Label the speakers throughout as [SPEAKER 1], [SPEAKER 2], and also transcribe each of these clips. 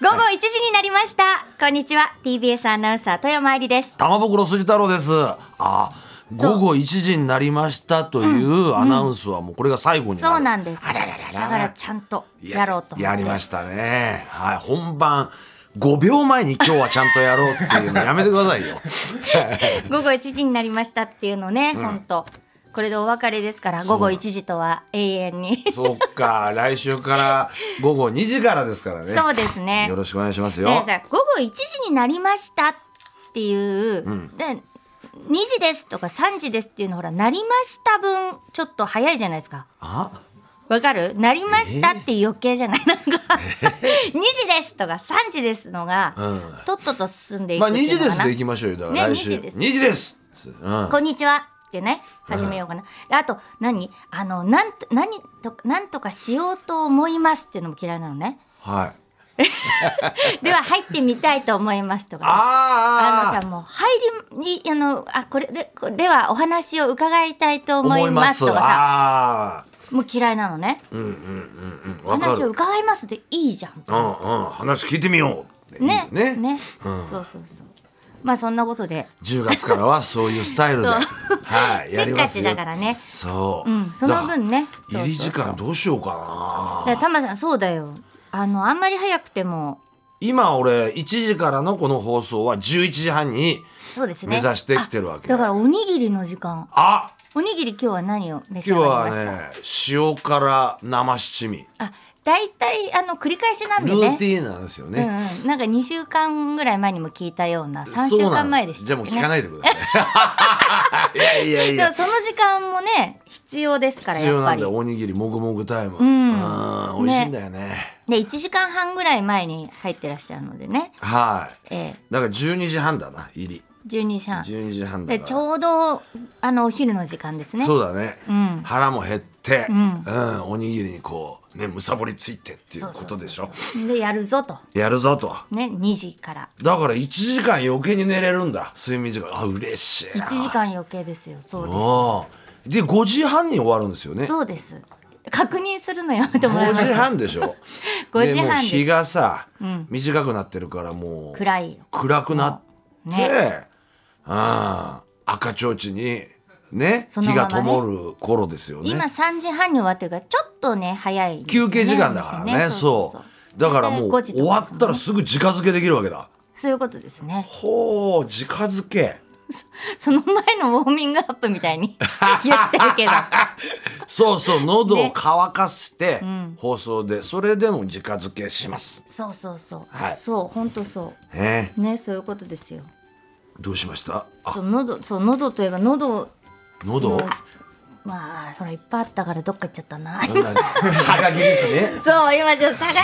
[SPEAKER 1] 午後1時になりました。こんにちは。TBS アナウンサー豊山愛理です。
[SPEAKER 2] 玉袋筋太郎です。あ、
[SPEAKER 1] そう
[SPEAKER 2] 午後1時になりましたというアナウンスはもうこれが最後になる。
[SPEAKER 1] そうなんです。
[SPEAKER 2] あらららら
[SPEAKER 1] だからちゃんとやろうと思って。
[SPEAKER 2] やりましたね。はい、本番5秒前に今日はちゃんとやろうっていうのやめてください よ。
[SPEAKER 1] 午後1時になりましたっていうのね、本当これでお別れですから、午後1時とは永遠に。
[SPEAKER 2] そっか、来週から午後2時からですからね。
[SPEAKER 1] そうですね。
[SPEAKER 2] よろしくお願いしますよ。
[SPEAKER 1] でさ午後1時になりましたっていう、で2時ですとか3時ですっていうのほらなりました分ちょっと早いじゃないですか
[SPEAKER 2] あ、
[SPEAKER 1] わかるなりましたっていう余計じゃない、なんか2時ですとか3時ですのが、
[SPEAKER 2] ん
[SPEAKER 1] とっとと進んでいく
[SPEAKER 2] まあ
[SPEAKER 1] っ
[SPEAKER 2] 2
[SPEAKER 1] てい
[SPEAKER 2] 時
[SPEAKER 1] う
[SPEAKER 2] で
[SPEAKER 1] のかな
[SPEAKER 2] すで行きましょうよ。だから
[SPEAKER 1] ね
[SPEAKER 2] 来週、
[SPEAKER 1] 2時です
[SPEAKER 2] 2時です。うん。
[SPEAKER 1] こんにちはってね始めようかな、であと何あのなんと何となんとかしようと思いますっていうのも嫌いな のね
[SPEAKER 2] はい。
[SPEAKER 1] では入ってみたいと思いますとかね
[SPEAKER 2] あ
[SPEAKER 1] あの
[SPEAKER 2] ー
[SPEAKER 1] さもう入りにあのあこれでこれではお話を伺いたいと思いますとか
[SPEAKER 2] あ
[SPEAKER 1] さもう嫌いなのね
[SPEAKER 2] ーうんうんうんうん。
[SPEAKER 1] お
[SPEAKER 2] わか
[SPEAKER 1] 話を
[SPEAKER 2] る。
[SPEAKER 1] 伺いますでいいじゃん
[SPEAKER 2] うんうん。話聞いてみようっていいよ
[SPEAKER 1] ね
[SPEAKER 2] ね。
[SPEAKER 1] そうそうそうまあそんなことで
[SPEAKER 2] 10月からはそういうスタイルで、
[SPEAKER 1] そう
[SPEAKER 2] はい、や
[SPEAKER 1] せ
[SPEAKER 2] り
[SPEAKER 1] っ
[SPEAKER 2] ま
[SPEAKER 1] か
[SPEAKER 2] す
[SPEAKER 1] ち
[SPEAKER 2] よ
[SPEAKER 1] だからね
[SPEAKER 2] そう、
[SPEAKER 1] うんその分ね
[SPEAKER 2] だから入り時
[SPEAKER 1] そうそうそ
[SPEAKER 2] 間
[SPEAKER 1] う
[SPEAKER 2] どうしようかな
[SPEAKER 1] だからタマさんそうだよあのあんまり早くても
[SPEAKER 2] 今俺1時からのこの放送は11時半に
[SPEAKER 1] そうですね
[SPEAKER 2] 目指してきてるわけ
[SPEAKER 1] だからおにぎりの時間
[SPEAKER 2] あ
[SPEAKER 1] おにぎり今日は何を召し
[SPEAKER 2] 今日
[SPEAKER 1] 上がり
[SPEAKER 2] は
[SPEAKER 1] ました、
[SPEAKER 2] ね塩辛生七味
[SPEAKER 1] あ大体あの繰り返しなんで
[SPEAKER 2] ル
[SPEAKER 1] ね
[SPEAKER 2] ーティーンなんですよね、
[SPEAKER 1] うんうん、なんか2週間ぐらい前にも聞いたような3
[SPEAKER 2] そ
[SPEAKER 1] 週
[SPEAKER 2] うな
[SPEAKER 1] 間
[SPEAKER 2] ん
[SPEAKER 1] 前でした
[SPEAKER 2] じゃあもう聞かないいでくだ さいいやいやい
[SPEAKER 1] で
[SPEAKER 2] や
[SPEAKER 1] もその時間もね必要ですから
[SPEAKER 2] 必
[SPEAKER 1] や
[SPEAKER 2] 要
[SPEAKER 1] っ
[SPEAKER 2] な
[SPEAKER 1] ぱ
[SPEAKER 2] ん
[SPEAKER 1] り
[SPEAKER 2] だよおにぎりもぐもぐタイム、
[SPEAKER 1] ん
[SPEAKER 2] うん美味しいんだよね
[SPEAKER 1] で1時間半ぐらい前に入ってらっしゃるのでね、
[SPEAKER 2] はい
[SPEAKER 1] え
[SPEAKER 2] だから12時半だな入り
[SPEAKER 1] ー、12時半
[SPEAKER 2] 12時半だ
[SPEAKER 1] で
[SPEAKER 2] から
[SPEAKER 1] ちょうどあのお昼の時間ですね
[SPEAKER 2] そうだね、
[SPEAKER 1] ん
[SPEAKER 2] 腹も減って、うんんおにぎりにこうねむさぼりついてっていうことでしょ
[SPEAKER 1] そうそうそうそうでやるぞと
[SPEAKER 2] やるぞと
[SPEAKER 1] ね2時から
[SPEAKER 2] だから1時間余計に寝れるんだ睡眠時間あ嬉しい
[SPEAKER 1] 1時間余計ですよそうです
[SPEAKER 2] おで5時半に終わるんですよね
[SPEAKER 1] そうです確認するのやめてもらえ
[SPEAKER 2] 5
[SPEAKER 1] ま
[SPEAKER 2] 時
[SPEAKER 1] す
[SPEAKER 2] 半でし ょ
[SPEAKER 1] 5時半
[SPEAKER 2] もう
[SPEAKER 1] です
[SPEAKER 2] 日がさ、短くなってるからもう
[SPEAKER 1] 暗いよ
[SPEAKER 2] 暗くなって、
[SPEAKER 1] ね
[SPEAKER 2] ああ赤ちょうちにね
[SPEAKER 1] そのままね
[SPEAKER 2] 火が灯る頃ですよね
[SPEAKER 1] 今3時半に終わってるからちょっとね早いんですよ
[SPEAKER 2] 休憩
[SPEAKER 1] ね
[SPEAKER 2] 時間だからねそうだからもう
[SPEAKER 1] 5時
[SPEAKER 2] 終
[SPEAKER 1] と
[SPEAKER 2] わ
[SPEAKER 1] か
[SPEAKER 2] ったらすぐ直付けできるわけだ
[SPEAKER 1] そういうことですね
[SPEAKER 2] ほう直付け
[SPEAKER 1] その前のウォーミングアップみたいに 言ってる けど
[SPEAKER 2] そうそう喉を
[SPEAKER 1] ね
[SPEAKER 2] 乾かして放送で、それでも直付けします
[SPEAKER 1] そうそうそう、
[SPEAKER 2] はい
[SPEAKER 1] そう本当そ
[SPEAKER 2] え
[SPEAKER 1] うねそういうことですよ
[SPEAKER 2] どうしましたあ
[SPEAKER 1] そう喉そう喉といえば喉
[SPEAKER 2] 喉
[SPEAKER 1] のまあそれいっぱいあったからどっか行っちゃったな そう
[SPEAKER 2] はがきです ね
[SPEAKER 1] 今ちょっと探したからタ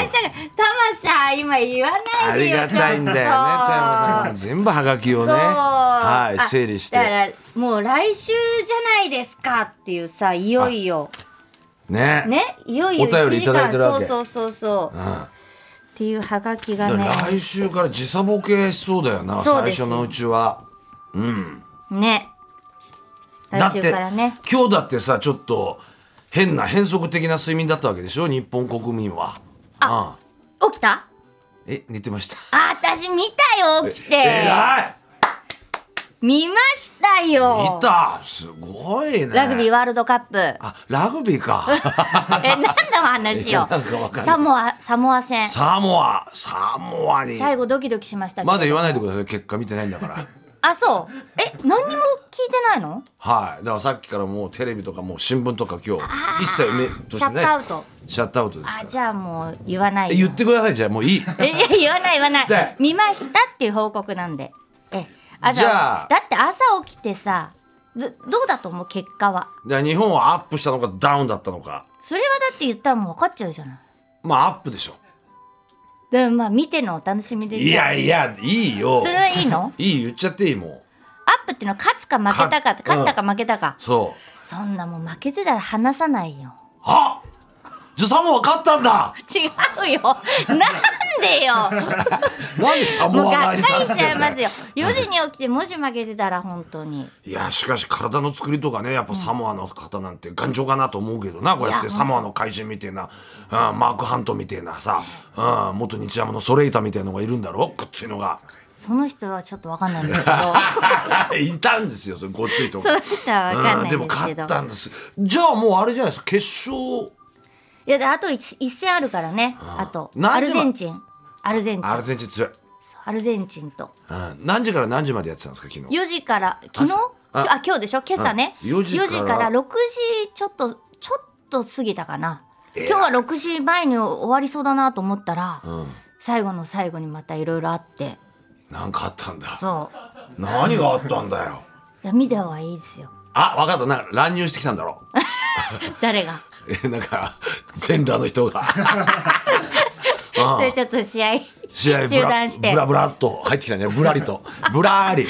[SPEAKER 1] マさん今言わ
[SPEAKER 2] あ
[SPEAKER 1] ないで
[SPEAKER 2] り
[SPEAKER 1] よ
[SPEAKER 2] がたいんだよね富
[SPEAKER 1] ちょっと
[SPEAKER 2] 山さん全部はがきをね
[SPEAKER 1] そう、
[SPEAKER 2] はい
[SPEAKER 1] あ
[SPEAKER 2] 整理し
[SPEAKER 1] だか
[SPEAKER 2] て
[SPEAKER 1] らもう来週じゃないですかっていうさいよいよ
[SPEAKER 2] ね
[SPEAKER 1] ねいよいよ
[SPEAKER 2] お便り
[SPEAKER 1] 1
[SPEAKER 2] い
[SPEAKER 1] 時
[SPEAKER 2] ただい
[SPEAKER 1] 間
[SPEAKER 2] てるわけ
[SPEAKER 1] そうそうそうそう、
[SPEAKER 2] ん
[SPEAKER 1] っていうハガキが
[SPEAKER 2] だか
[SPEAKER 1] ね
[SPEAKER 2] ら来週から時差ボケしそうだよな
[SPEAKER 1] そう
[SPEAKER 2] 最
[SPEAKER 1] ですよ
[SPEAKER 2] 初のうちは
[SPEAKER 1] ね
[SPEAKER 2] だ
[SPEAKER 1] 来
[SPEAKER 2] っ
[SPEAKER 1] 週
[SPEAKER 2] て
[SPEAKER 1] からね
[SPEAKER 2] 今日だってさちょっと変な変則的な睡眠だったわけでしょ日本国民はあ
[SPEAKER 1] 起きた
[SPEAKER 2] え寝てました
[SPEAKER 1] あ私見たよ起きて、
[SPEAKER 2] えらい
[SPEAKER 1] 見ましたよ
[SPEAKER 2] 見たすごいね
[SPEAKER 1] ラグビーワールドカップえ
[SPEAKER 2] あラグビー か
[SPEAKER 1] 何だお話よ
[SPEAKER 2] なんかわかんない
[SPEAKER 1] サモアサモア戦
[SPEAKER 2] サモアサモアに
[SPEAKER 1] 最後ドキドキしましたけど
[SPEAKER 2] まだ言わないでください結果見てないんだから
[SPEAKER 1] あそうえ何にも聞いてないの
[SPEAKER 2] はいだからさっきからもうテレビとかもう新聞とか今日一切目としてないです
[SPEAKER 1] シャットアウ
[SPEAKER 2] シャットアウトです
[SPEAKER 1] あ
[SPEAKER 2] から
[SPEAKER 1] じゃあもう言わない
[SPEAKER 2] え
[SPEAKER 1] よ
[SPEAKER 2] 言ってくださいじゃあもういい
[SPEAKER 1] え いや言わない言わな
[SPEAKER 2] だ
[SPEAKER 1] い
[SPEAKER 2] よ
[SPEAKER 1] 見ましたっていう報告なんでえ朝
[SPEAKER 2] じゃあ
[SPEAKER 1] だって朝起きてさどどうだと思う結果は
[SPEAKER 2] で日本はアップしたのかダウンだったのか
[SPEAKER 1] それはだって言ったらもう分かっちゃうじゃない
[SPEAKER 2] まあアップでしょ
[SPEAKER 1] でまあ見てのお楽しみで
[SPEAKER 2] いやいやいいよ
[SPEAKER 1] それはいいの
[SPEAKER 2] いい言っちゃっていいもん
[SPEAKER 1] アップっていうのは勝つか負けた
[SPEAKER 2] 勝
[SPEAKER 1] か
[SPEAKER 2] つ
[SPEAKER 1] 勝ったか負けたか、
[SPEAKER 2] そう
[SPEAKER 1] そんなもう負けてたら話さないよ
[SPEAKER 2] あじゃあサモア勝ったんだ
[SPEAKER 1] 違うよなんでよ
[SPEAKER 2] なんでサ
[SPEAKER 1] もう
[SPEAKER 2] モア
[SPEAKER 1] がっか
[SPEAKER 2] ナ
[SPEAKER 1] り
[SPEAKER 2] になってんだよ
[SPEAKER 1] しちゃいますよ4時に起きて文字曲げてたら本当に
[SPEAKER 2] いやしかし体の作りとかねやっぱサモアの方なんて頑丈かなと思うけどなこうやっ
[SPEAKER 1] い
[SPEAKER 2] て
[SPEAKER 1] や
[SPEAKER 2] サモアの怪人みてえな、うん、マーク・ハントみてえなさ、うん、元日山のソレイタみたいのがいるんだろくっついのが
[SPEAKER 1] その人はちょっと分かんないんですけ
[SPEAKER 2] いたんですよそれごっついと
[SPEAKER 1] ど その人は分かん
[SPEAKER 2] うん、
[SPEAKER 1] な
[SPEAKER 2] で
[SPEAKER 1] い
[SPEAKER 2] も
[SPEAKER 1] んです
[SPEAKER 2] 勝
[SPEAKER 1] けど、
[SPEAKER 2] ったんですじゃあもうあれじゃないですか決勝
[SPEAKER 1] いやであと一一戦あるからねあと
[SPEAKER 2] 何時まで
[SPEAKER 1] アルゼンチンアルゼンチン
[SPEAKER 2] アルゼンチン強い、
[SPEAKER 1] そうアルゼンチンと
[SPEAKER 2] うん、何時から何時までやってたんですか昨日
[SPEAKER 1] 4時から昨日
[SPEAKER 2] あ
[SPEAKER 1] あ今日でしょ今朝ね
[SPEAKER 2] うん4時から
[SPEAKER 1] から6時ちょっとちょっと過ぎたかな
[SPEAKER 2] え
[SPEAKER 1] 今日は6時前に終わりそうだなと思ったら、最後の最後にまたいろいろあって
[SPEAKER 2] 何かあったんだ
[SPEAKER 1] そう
[SPEAKER 2] 何があったんだよ
[SPEAKER 1] いや見た方がいいですよ
[SPEAKER 2] あ分かったなんか乱入してきたんだろ う
[SPEAKER 1] 誰が
[SPEAKER 2] えなんか全裸の人が
[SPEAKER 1] それちょっと試合
[SPEAKER 2] 試合
[SPEAKER 1] 中断して
[SPEAKER 2] ブラブラブラっと入ってきたんじゃないぶらり とぶらーり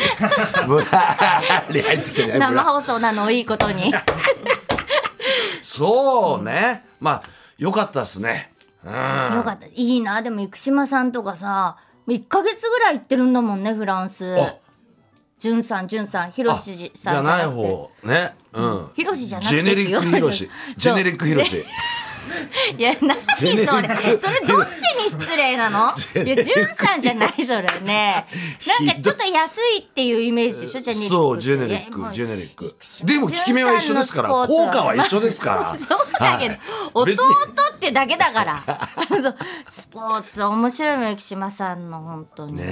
[SPEAKER 2] ぶらーり入ってきたんじゃないぶ
[SPEAKER 1] 生
[SPEAKER 2] ら
[SPEAKER 1] 放送なのをいいことに
[SPEAKER 2] そうねまあよかったですね
[SPEAKER 1] よかったいいなでも生島さんとかさ1か月ぐらい行ってるんだもんねフランス
[SPEAKER 2] あ
[SPEAKER 1] 潤さん潤さん広志
[SPEAKER 2] じ
[SPEAKER 1] さん
[SPEAKER 2] ゃない
[SPEAKER 1] くて
[SPEAKER 2] 方ねうん
[SPEAKER 1] ヒロシじゃなくて
[SPEAKER 2] ジェネリックヒロシ
[SPEAKER 1] そう
[SPEAKER 2] ジェネリックヒロシ
[SPEAKER 1] いや何そ
[SPEAKER 2] ェネリ
[SPEAKER 1] れ
[SPEAKER 2] ッ
[SPEAKER 1] それ
[SPEAKER 2] ク
[SPEAKER 1] どっちに失礼 なのい
[SPEAKER 2] ェネ
[SPEAKER 1] や
[SPEAKER 2] リック
[SPEAKER 1] 潤さんじゃないそれねなんかちょっと安いっていうイメージでしょジェネリックって
[SPEAKER 2] そうジェネリ
[SPEAKER 1] い
[SPEAKER 2] ッ
[SPEAKER 1] やもう
[SPEAKER 2] クジェネリック
[SPEAKER 1] 生島
[SPEAKER 2] でも効き目は一緒ですから
[SPEAKER 1] 潤さんのスポー
[SPEAKER 2] 効
[SPEAKER 1] ツ
[SPEAKER 2] 果は一緒ですから
[SPEAKER 1] そうだけど、
[SPEAKER 2] はい
[SPEAKER 1] 弟
[SPEAKER 2] 別に
[SPEAKER 1] ってだけだから そうスポーツ面白いもん生島さんの本当に
[SPEAKER 2] ね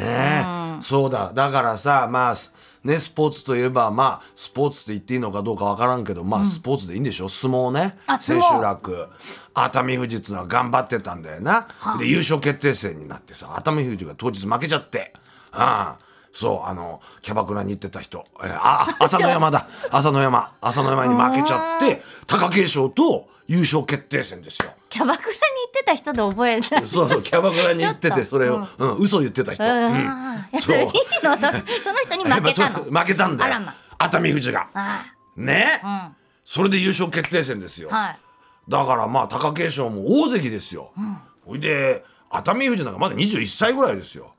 [SPEAKER 2] え、そうだだからさまあすねスポーツといえばまあスポーツと言っていいのかどうかわからんけどまあスポーツでいいんでしょ、相撲ね
[SPEAKER 1] あ
[SPEAKER 2] 千
[SPEAKER 1] 相撲
[SPEAKER 2] 秋楽熱海富士っていうのは頑張ってたんだよな、で優勝決定戦になってさ熱海富士が当日負けちゃってああそうあのキャバクラに行ってた人、えー ああ朝の山だ朝の山朝の山に負けちゃって貴景勝と優勝決定戦ですよ。
[SPEAKER 1] キャバクラに行ってた人で覚えない
[SPEAKER 2] そうそうキャバクラに行って
[SPEAKER 1] ちょ
[SPEAKER 2] て
[SPEAKER 1] っと
[SPEAKER 2] それを、うん嘘言ってた人。うん
[SPEAKER 1] あーいやそ
[SPEAKER 2] そう
[SPEAKER 1] れいいのそその 人に負けたの
[SPEAKER 2] ま あ負けたんだ
[SPEAKER 1] あら
[SPEAKER 2] よ
[SPEAKER 1] ま
[SPEAKER 2] 熱海富士が
[SPEAKER 1] あ
[SPEAKER 2] ね、それで優勝決定戦ですよ、
[SPEAKER 1] ーはい
[SPEAKER 2] だからまあ貴景勝も大関ですよほい、で熱海富士なんかまだ21歳ぐらいですよ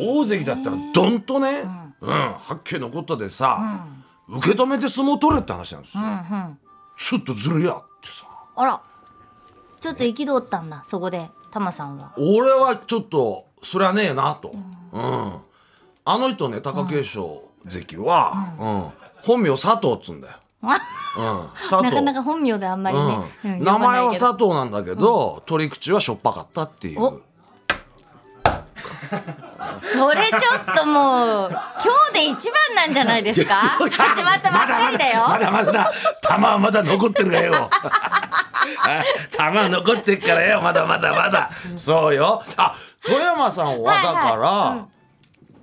[SPEAKER 2] 大関だったらどんとね、うん八景のことでさ、受け止めて相撲取れって話なんですよ、ちょっとずるやってさ
[SPEAKER 1] あらちょっと憤ったんだそこでタマさんは
[SPEAKER 2] 俺はちょっとそれはねえなと、うんあの人ね貴景勝関は、うん本名佐藤っつうんだよ、うん、佐
[SPEAKER 1] な
[SPEAKER 2] 藤
[SPEAKER 1] かなか本名であんまりね、
[SPEAKER 2] うん
[SPEAKER 1] うん
[SPEAKER 2] 名前は
[SPEAKER 1] 呼ばないけど
[SPEAKER 2] 佐藤なんだけど、取り口はしょっぱかったっていう
[SPEAKER 1] おそれちょっともう今日で一番なんじゃな いですか始まったばっかりだよ
[SPEAKER 2] まだまだまだまだ玉はまだ残ってるから よ玉は残ってるからよまだまだまだそうよあ富山さんは
[SPEAKER 1] はい
[SPEAKER 2] だ
[SPEAKER 1] はい
[SPEAKER 2] から、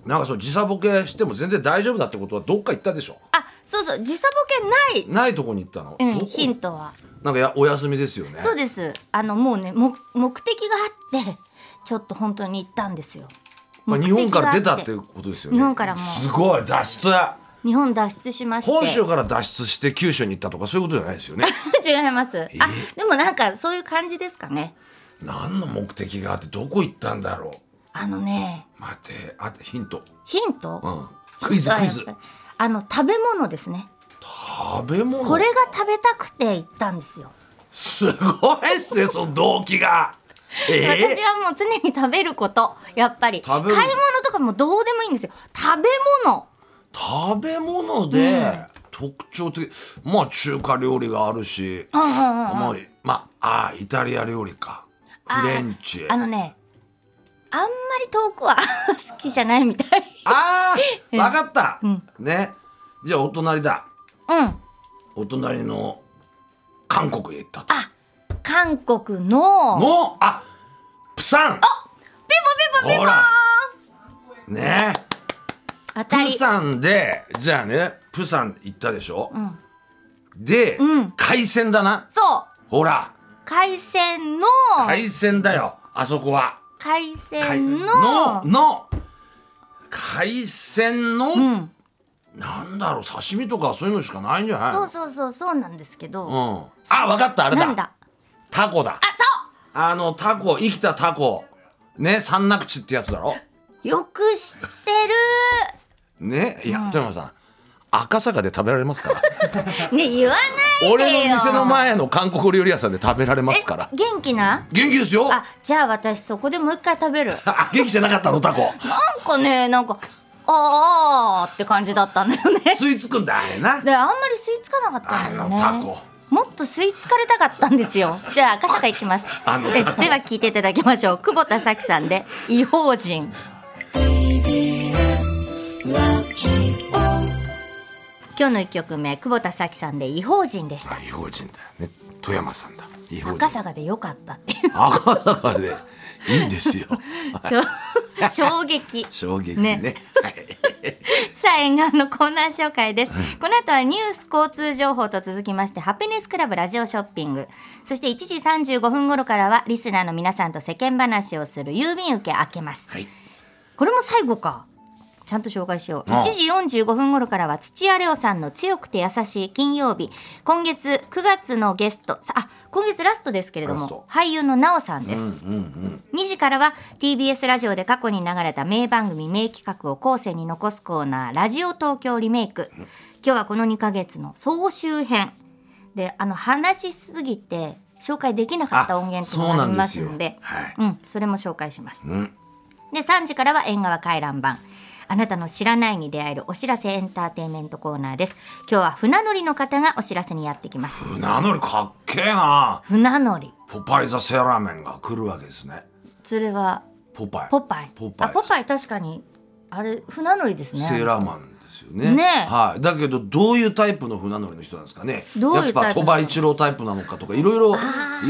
[SPEAKER 2] なんかそう時差ボケしても全然大丈夫だってことはどっか行ったでしょ
[SPEAKER 1] あそうそう時差ボケ
[SPEAKER 2] ないとこに行ったの、
[SPEAKER 1] ない、う
[SPEAKER 2] どこ
[SPEAKER 1] ん、ヒントは
[SPEAKER 2] なんかやお休みですよね
[SPEAKER 1] そうですあのもうねも目的があってちょっと本当に行ったんですよ、
[SPEAKER 2] まあ、
[SPEAKER 1] 目
[SPEAKER 2] 日
[SPEAKER 1] 的が
[SPEAKER 2] 本から出たっ
[SPEAKER 1] あ
[SPEAKER 2] ていうことですよね
[SPEAKER 1] 日本からも
[SPEAKER 2] すごい脱出
[SPEAKER 1] 日本脱出しまして
[SPEAKER 2] 本州から脱出して九州に行ったとかそういうことじゃないですよね
[SPEAKER 1] 違いますあでもなんかそういう感じですかね
[SPEAKER 2] 何の目的があってどこ行ったんだろ
[SPEAKER 1] あのね
[SPEAKER 2] う待ってあヒント、
[SPEAKER 1] ヒント、
[SPEAKER 2] うん、クイズクイズ
[SPEAKER 1] あやっぱりあの食べ物ですね
[SPEAKER 2] 食べ物
[SPEAKER 1] これが食べたくて行ったんですよ、
[SPEAKER 2] すごいっすねその動機がえ
[SPEAKER 1] 私はもう常に食べることやっぱり買い
[SPEAKER 2] 食べ
[SPEAKER 1] 物
[SPEAKER 2] る
[SPEAKER 1] とかもどうでもいいんですよ食べ物
[SPEAKER 2] ー、食べ物で特徴的まあ中華料理があるし、
[SPEAKER 1] うんうんうん
[SPEAKER 2] まあまああーイタリア料理か
[SPEAKER 1] あー
[SPEAKER 2] フレンチ
[SPEAKER 1] あのねあんまり遠くは 好きじゃないみたい
[SPEAKER 2] ああ、わかった。ね。じゃあお隣だ。
[SPEAKER 1] うん
[SPEAKER 2] お隣の韓国へ行ったと。
[SPEAKER 1] 韓国の
[SPEAKER 2] の、あ、プサン。
[SPEAKER 1] ピボピボピボ
[SPEAKER 2] ほ
[SPEAKER 1] ーン
[SPEAKER 2] らね。
[SPEAKER 1] 当た
[SPEAKER 2] プ
[SPEAKER 1] り
[SPEAKER 2] サンで、じゃあね、プサン行ったでしょ。で、
[SPEAKER 1] ん
[SPEAKER 2] 海鮮だな。
[SPEAKER 1] そう
[SPEAKER 2] ほら、
[SPEAKER 1] 海鮮の
[SPEAKER 2] 海鮮だよ。あそこは。
[SPEAKER 1] 海
[SPEAKER 2] 海
[SPEAKER 1] 鮮
[SPEAKER 2] の、
[SPEAKER 1] の
[SPEAKER 2] の、海鮮の、
[SPEAKER 1] うん
[SPEAKER 2] なんだろう、刺身とかそういうのしかないんじゃないの
[SPEAKER 1] そうそうそうそうなんですけ
[SPEAKER 2] うん
[SPEAKER 1] ど。
[SPEAKER 2] あ、わかった、あれ
[SPEAKER 1] な
[SPEAKER 2] だ。
[SPEAKER 1] んだ
[SPEAKER 2] タコだ
[SPEAKER 1] あ。そう
[SPEAKER 2] あのタコ生きたタコね三な口ってやつだろ
[SPEAKER 1] よく知ってる
[SPEAKER 2] ねいや富山さん赤坂で食べられます から
[SPEAKER 1] ね言わないでよ
[SPEAKER 2] 俺の店の前の韓国料理屋さんで食べられますから
[SPEAKER 1] え元気な
[SPEAKER 2] 元気ですよ
[SPEAKER 1] あじゃあ私そこでもう一回食べる
[SPEAKER 2] あ 元気じゃなかったのタ コ
[SPEAKER 1] なんかねなんかあーあーって感じだったんだよね
[SPEAKER 2] 吸い付くんだあれな
[SPEAKER 1] であんまり吸い付かなかったんだよね
[SPEAKER 2] あのタコ
[SPEAKER 1] もっと吸い付かれたかったんで すよじゃあ赤坂行きます
[SPEAKER 2] あの
[SPEAKER 1] えでは聞いていただきましょう久保田咲さんで「異邦人」今日の一曲目久保田咲さんで「異邦人」でした
[SPEAKER 2] あ違法人だよね富山さんだ違法
[SPEAKER 1] 赤
[SPEAKER 2] 人
[SPEAKER 1] 坂でよかったっていう
[SPEAKER 2] 赤坂でいいんですよ
[SPEAKER 1] 衝撃
[SPEAKER 2] 衝撃ね
[SPEAKER 1] ね
[SPEAKER 2] はい
[SPEAKER 1] さあ沿岸のコーナー紹介です、この後はニュース交通情報と続きましてハピネスクラブラジオショッピングそして1時35分頃からはリスナーの皆さんと世間話をする郵便受け開けます
[SPEAKER 2] はい
[SPEAKER 1] これも最後かちゃんと紹介しよう
[SPEAKER 2] ああ
[SPEAKER 1] 1時45分頃からは土屋レオさんの「強くて優しい金曜日」今月9月のゲストさあ今月ラストですけれど
[SPEAKER 2] ラスト
[SPEAKER 1] も俳優の奈緒さんです、
[SPEAKER 2] うんうん
[SPEAKER 1] 2時からは TBS ラジオで過去に流れた名番組名企画を後世に残すコーナー「ラジオ東京リメイク」今日はこの2ヶ月の総集編であの話しすぎて紹介できなかった音源っていうのがありますので
[SPEAKER 2] そうなんですよ
[SPEAKER 1] うんそれも紹介します。
[SPEAKER 2] うん
[SPEAKER 1] で3時からは縁側回覧版あなたの知らないに出会えるお知らせエンターテインメントコーナーです今日は船乗りの方がお知らせにやってきます
[SPEAKER 2] 船乗りかっけえな
[SPEAKER 1] 船乗り
[SPEAKER 2] ポパイザセーラーメンが来るわけですね
[SPEAKER 1] それは
[SPEAKER 2] ポパイ
[SPEAKER 1] ポパイ
[SPEAKER 2] ポパイ
[SPEAKER 1] あポパイ確かにあれ船乗りですね
[SPEAKER 2] セーラーマンですよね
[SPEAKER 1] ねえ
[SPEAKER 2] はい、だけどどういうタイプの船乗りの人なんですかね
[SPEAKER 1] どういうタイプ
[SPEAKER 2] やっぱ鳥羽一郎タイプなのかとかいろいろい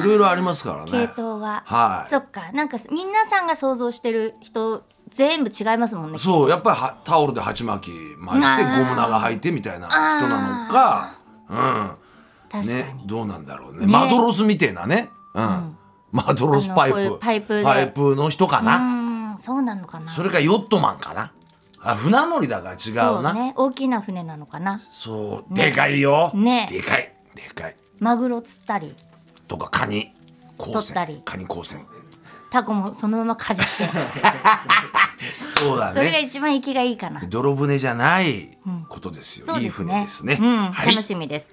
[SPEAKER 2] ろいろありますからね
[SPEAKER 1] 系統が、
[SPEAKER 2] はい
[SPEAKER 1] そっかなんか皆さんが想像してる人全部違いますもんね
[SPEAKER 2] そうやっぱりはタオルで鉢巻き巻いて
[SPEAKER 1] あ
[SPEAKER 2] ゴ
[SPEAKER 1] ー
[SPEAKER 2] ム長履いてみたいな人なのかうん
[SPEAKER 1] 確かに、
[SPEAKER 2] ねどうなんだろうね
[SPEAKER 1] ね
[SPEAKER 2] マドロスみてえなね、うんマドロスパイ
[SPEAKER 1] あのこうい
[SPEAKER 2] プ
[SPEAKER 1] うパイプで
[SPEAKER 2] プの人か
[SPEAKER 1] う
[SPEAKER 2] な、
[SPEAKER 1] ーんそうなのかな
[SPEAKER 2] それかヨットマンかなあ船乗りだから違うな
[SPEAKER 1] そうね大きな船なのかな
[SPEAKER 2] そう,、でかいよ、
[SPEAKER 1] ね
[SPEAKER 2] でかいでかい
[SPEAKER 1] マグロ釣ったり
[SPEAKER 2] とかカニ光
[SPEAKER 1] 取ったり
[SPEAKER 2] 線カニ光線
[SPEAKER 1] タコもそのままかじって
[SPEAKER 2] そうだ
[SPEAKER 1] それが
[SPEAKER 2] ね
[SPEAKER 1] 一番息がいいかな。
[SPEAKER 2] 泥船じゃないことですよ、
[SPEAKER 1] そう
[SPEAKER 2] いい
[SPEAKER 1] ですね。
[SPEAKER 2] 船ですね、
[SPEAKER 1] うん、
[SPEAKER 2] はい
[SPEAKER 1] 楽しみです。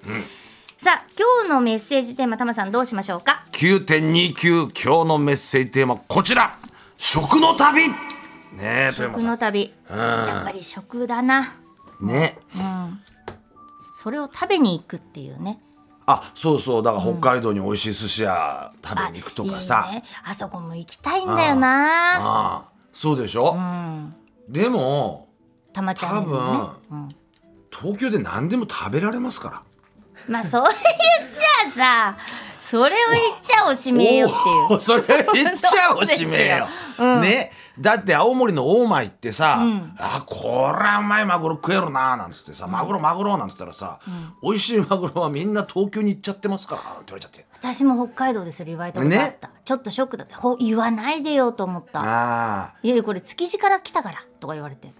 [SPEAKER 1] さあ、今日のメッセージテーマ、たまさんどうしましょうか。
[SPEAKER 2] 9.29今日のメッセージテーマこちら食の旅ねえ富山
[SPEAKER 1] 食
[SPEAKER 2] さ
[SPEAKER 1] の旅、やっぱり食だな。
[SPEAKER 2] んね
[SPEAKER 1] それを食べに行くっていうね。
[SPEAKER 2] あそうそうだから北海道に美味しい寿司屋食べに行くとかさ
[SPEAKER 1] あいいねあそこも行きたいんだよな。
[SPEAKER 2] ああそうでしょ、でも
[SPEAKER 1] たまちゃ
[SPEAKER 2] 多
[SPEAKER 1] んにもね
[SPEAKER 2] 分。、東京で何でも食べられますから
[SPEAKER 1] まあ、それ言っちゃさ。それを言っちゃおしめえよっていう。
[SPEAKER 2] おーそれ言っちゃ おしめえよ。ね、だって青森の大前ってさ、あこりゃうまいマグロ食えるななんつってさマグロマグロなんつったらさ、美味しいマグロはみんな東京に行っちゃってますからって言われちゃって
[SPEAKER 1] 私も北海道でそれ言われたことあった。ちょっとショックだった。ほ言わないでよと思った。
[SPEAKER 2] ああ
[SPEAKER 1] いやいやこれ築地から来たからとか言われて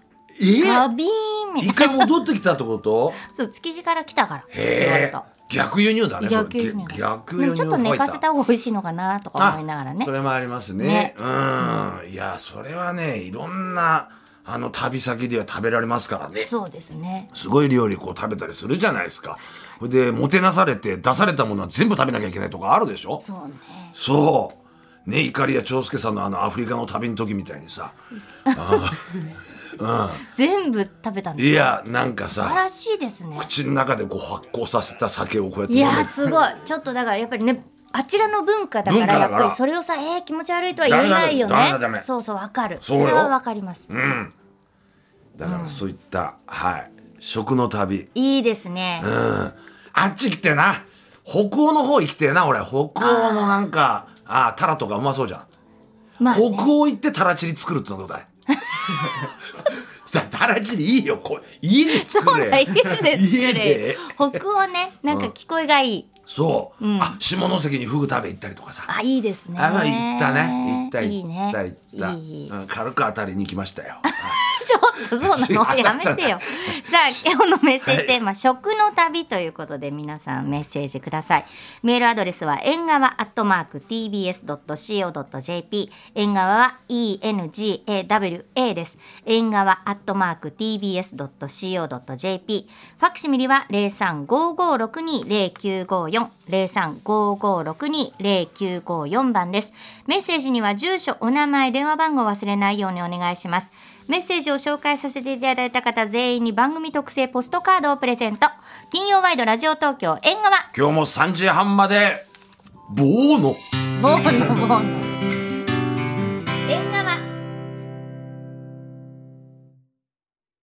[SPEAKER 1] ガ
[SPEAKER 2] え
[SPEAKER 1] ビーンみたい
[SPEAKER 2] 一回戻ってきたってこと
[SPEAKER 1] なそう築地から来たからって 言われ
[SPEAKER 2] へえ
[SPEAKER 1] た
[SPEAKER 2] 逆輸入だねそれ
[SPEAKER 1] 逆輸入
[SPEAKER 2] げ逆
[SPEAKER 1] で
[SPEAKER 2] 輸
[SPEAKER 1] も
[SPEAKER 2] 入
[SPEAKER 1] ちょっと寝かせた方が美味しいのかなとか思いながら
[SPEAKER 2] あ
[SPEAKER 1] ね
[SPEAKER 2] それもありますね
[SPEAKER 1] ね
[SPEAKER 2] うん、いやそれはねいろんなあの旅先では食べられますからね
[SPEAKER 1] そうですね
[SPEAKER 2] すごい料理こう食べたりするじゃないですか。ほいでもてなされて出されたものは全部食べなきゃいけないとかあるでしょ
[SPEAKER 1] そうね
[SPEAKER 2] そうね怒りや長介さんのあのアフリカの旅の時みたいにさ
[SPEAKER 1] 全部食べたんです
[SPEAKER 2] いやなんか
[SPEAKER 1] 素晴
[SPEAKER 2] さ
[SPEAKER 1] らしいですね
[SPEAKER 2] 口の中でこう発酵させた酒をこうやって
[SPEAKER 1] い
[SPEAKER 2] 飲ん
[SPEAKER 1] や
[SPEAKER 2] で
[SPEAKER 1] ーすごいちょっとだからやっぱりねあちらの文化だか
[SPEAKER 2] 文化
[SPEAKER 1] ら
[SPEAKER 2] だ
[SPEAKER 1] やっ
[SPEAKER 2] から
[SPEAKER 1] ぱりそれをさえー、気持ち悪いとは言えないよ
[SPEAKER 2] ダメだダメだダ
[SPEAKER 1] ね
[SPEAKER 2] メ
[SPEAKER 1] そうそうわかる
[SPEAKER 2] そ
[SPEAKER 1] そう
[SPEAKER 2] よ
[SPEAKER 1] れはわかります
[SPEAKER 2] だからそういった、はい食の旅
[SPEAKER 1] いいですね
[SPEAKER 2] うんあっち来てえな北欧の方行きてえな俺北欧のなんかああタラとかうまそうじゃん
[SPEAKER 1] まあね
[SPEAKER 2] 北欧行ってタラチリ作るってのはどうだい だタラチリいいよこ家で
[SPEAKER 1] そ
[SPEAKER 2] 作
[SPEAKER 1] うだ
[SPEAKER 2] れ
[SPEAKER 1] 家で
[SPEAKER 2] 家
[SPEAKER 1] 作
[SPEAKER 2] で
[SPEAKER 1] れ北欧ねなんか聞こえがいい
[SPEAKER 2] そう、あ下関にフグ食べ行ったりとかさ
[SPEAKER 1] あいいですね
[SPEAKER 2] あ行ったね行った
[SPEAKER 1] いい
[SPEAKER 2] 行
[SPEAKER 1] ね
[SPEAKER 2] った行った
[SPEAKER 1] いい
[SPEAKER 2] うん軽く当たりに行きましたよはい
[SPEAKER 1] ょっとそうなのやめてよさあ今日のメッセージテーマ、食の旅ということで皆さんメッセージくださいメールアドレスは縁側アットマーク tbs.co.jp 縁側は engawa です縁側アットマーク tbs.co.jp ファクシミリは0355620954 0355620954番ですメッセージには住所お名前電話番号を忘れないようにお願いしますメッセージを紹介させていただいた方全員に番組特製ポストカードをプレゼント金曜ワイドラジオ東京縁側
[SPEAKER 2] 今日も3時半まで棒の
[SPEAKER 1] ボーノボーノ